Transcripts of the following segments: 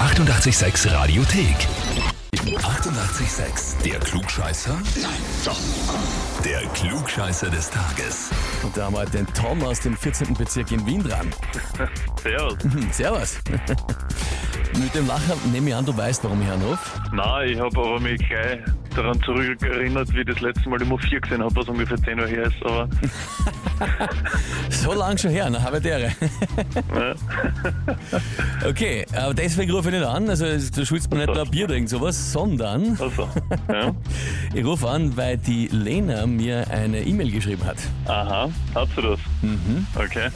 886 Radiothek. 88,6. Der Klugscheißer? Nein, doch. Der Klugscheißer des Tages. Und da haben wir heute den Tom aus dem 14. Bezirk in Wien dran. Servus. Hm, Servus. Mit dem Lacher nehme ich an, du weißt, warum ich anrufe. Nein, ich habe aber mich gleich daran zurückerinnert, wie ich das letzte Mal im U4 gesehen habe, was ungefähr 10 Uhr her ist, aber So lang schon her, na Habitäre. ne, Okay, aber deswegen rufe ich nicht an. Also es- du schulst mir nicht da Bier oder irgend sowas, sondern also, ja. ich rufe an, weil die Lena mir eine E-Mail geschrieben hat. Aha, hat sie das? Mhm. Okay,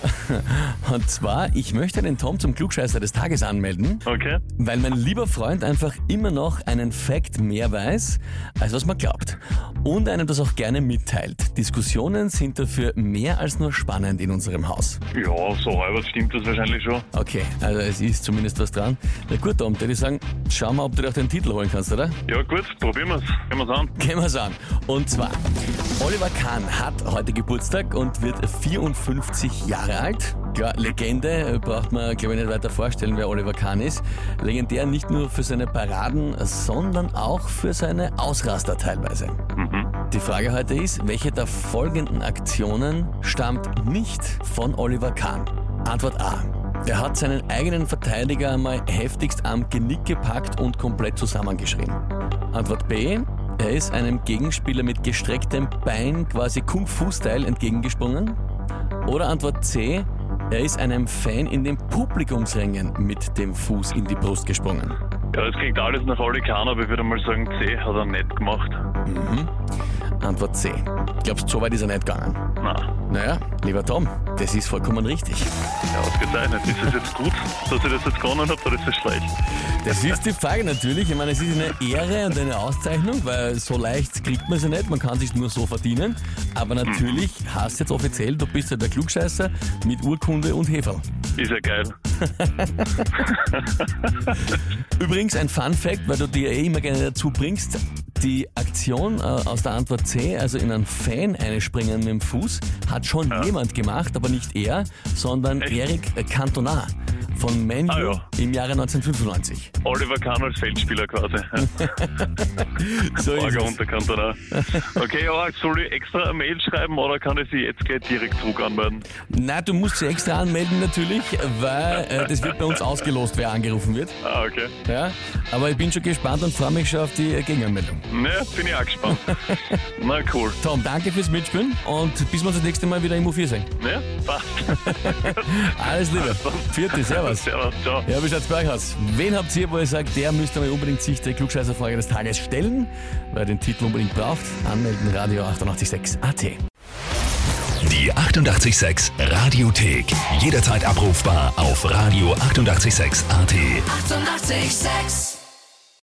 Und zwar, ich möchte den Tom zum Klugscheißer des Tages anmelden, okay. weil mein lieber Freund einfach immer noch einen Fact mehr weiß, als was man glaubt. Und einem das auch gerne mitteilt. Diskussionen sind dafür mehr als nur spannend in unserem Haus. Ja, so halbert stimmt das wahrscheinlich schon. Okay, also es ist zumindest was dran. Na gut, Tom, würde ich sagen, schau mal, ob du dir auch den Titel holen kannst, oder? Ja gut, probieren wir's. Gehen wir's an. Gehen wir's an. Und zwar, Oliver Kahn hat heute Geburtstag und wird 54 Jahre alt. Klar, Legende äh, braucht man, glaube ich, nicht weiter vorstellen, wer Oliver Kahn ist. Legendär nicht nur für seine Paraden, sondern auch für seine Ausraster teilweise. Die Frage heute ist, welche der folgenden Aktionen stammt nicht von Oliver Kahn? Antwort A. Er hat seinen eigenen Verteidiger einmal heftigst am Genick gepackt und komplett zusammengeschrien. Antwort B. Er ist einem Gegenspieler mit gestrecktem Bein quasi Kung-Fu-Style entgegengesprungen. Oder Antwort C. Er ist einem Fan in den Publikumsrängen mit dem Fuß in die Brust gesprungen. Ja, es klingt alles nach alle Kahn, aber ich würde mal sagen, C hat er nicht gemacht. Antwort C. Glaubst, so weit ist er nicht gegangen? Na, Naja, lieber Tom, das ist vollkommen richtig. ja, ausgezeichnet. Ist es jetzt gut, dass ich das jetzt gewonnen habe, oder ist es schlecht? Das ist die Frage natürlich. Ich meine, es ist eine Ehre und eine Auszeichnung, weil so leicht kriegt man sie nicht. Man kann sich nur so verdienen. Aber natürlich hast jetzt offiziell, du bist ja der Klugscheißer mit Urkunde und Heferl. Ist ja geil. Übrigens ein Fun Fact, weil du dir eh immer gerne dazu bringst. Die Aktion äh, aus der Antwort C, also in einen Fan einspringen mit dem Fuß, hat schon jemand gemacht, aber nicht er, sondern Echt? Eric Cantona von Man Ah, U ja. im Jahre 1995. Oliver Kahn als Feldspieler quasi. So ist Frage es. unterkannt, oder? Okay, aber soll ich extra eine Mail schreiben oder kann ich sie jetzt gleich direkt zurück anmelden? Na, du musst sie extra anmelden natürlich, weil äh, das wird bei uns ausgelost, wer angerufen wird. Ah, okay. Ja? Aber ich bin schon gespannt und freue mich schon auf die äh, Gegenanmeldung. Ne, bin ich auch gespannt. Na cool. Tom, danke fürs Mitspielen und bis wir uns das nächste Mal wieder im U4 sehen. Ne, passt. Alles Liebe. Vierte, Servus. Servus, ciao. Ja, bis Berghaus. Wen habt ihr, wo ihr sagt, der müsste mal unbedingt sich der Klugscheißerfrage des Tages stellen, weil er den Titel unbedingt braucht? Anmelden, Radio 886 AT. Die 88,6 Radiothek. Jederzeit abrufbar auf radio886.at. 88,6. Eighty-eight, sex.